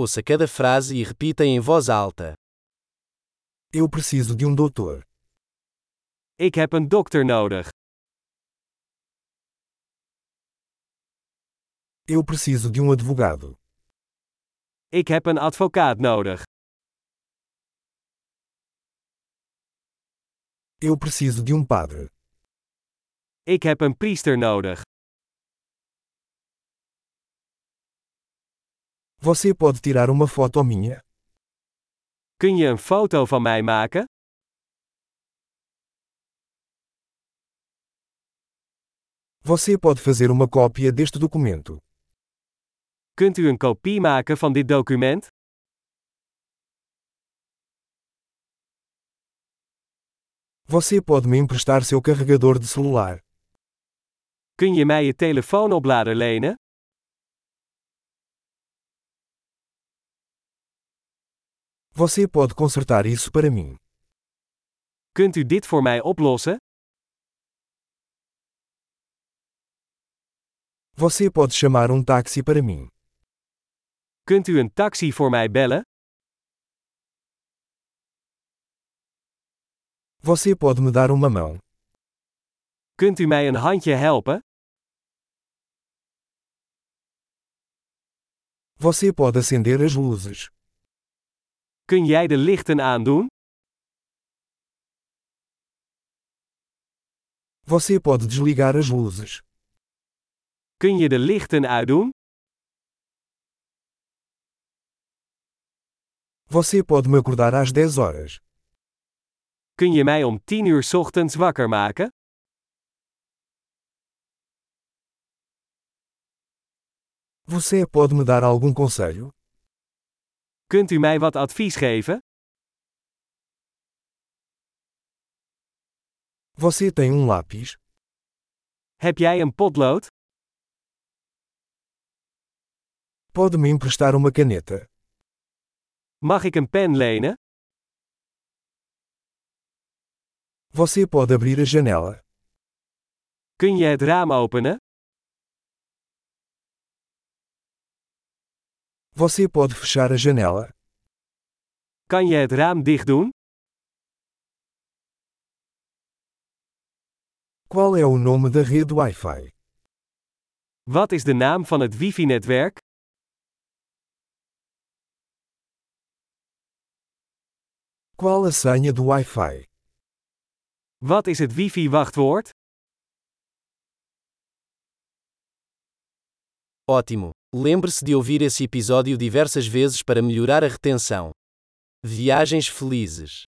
Ouça cada frase e repita em voz alta. Eu preciso de um doutor. Ik heb een dokter nodig. Eu preciso de um advogado. Ik heb een advocaat nodig. Eu preciso de um padre. Ik heb een priester nodig. Você pode tirar uma foto minha? Kun je een foto van mij maken? Você pode fazer uma cópia deste documento. Kunt u een kopie maken van dit document? Você pode me emprestar seu carregador de celular. Kun je mij je telefoonoplader lenen? Você pode consertar isso para mim. Kunt u dit voor mij oplossen? Você pode chamar um táxi para mim. Kunt u een taxi voor mij bellen? Você pode me dar uma mão. Kunt u mij een handje helpen? Você pode acender as luzes. Kun jij de lichten aandoen? Você pode desligar as luzes. Kun je de lichten uitdoen? Você pode me acordar às 10 horas. Kun je mij om 10 uur 's ochtends wakker maken? Você pode me dar algum conselho? Kunt u mij wat advies geven? Você tem um lápis? Heb jij een potlood? Pode me emprestar uma caneta? Mag ik een pen lenen? Você pode abrir a janela? Kun je het raam openen? Você pode fechar a janela? Kan je het raam dicht doen? Qual é o nome da rede Wi-Fi? Wat is de naam van het wifi-netwerk? Qual a senha do Wi-Fi? Wat is het wifi-wachtwoord? Ótimo! Lembre-se de ouvir esse episódio diversas vezes para melhorar a retenção. Viagens felizes!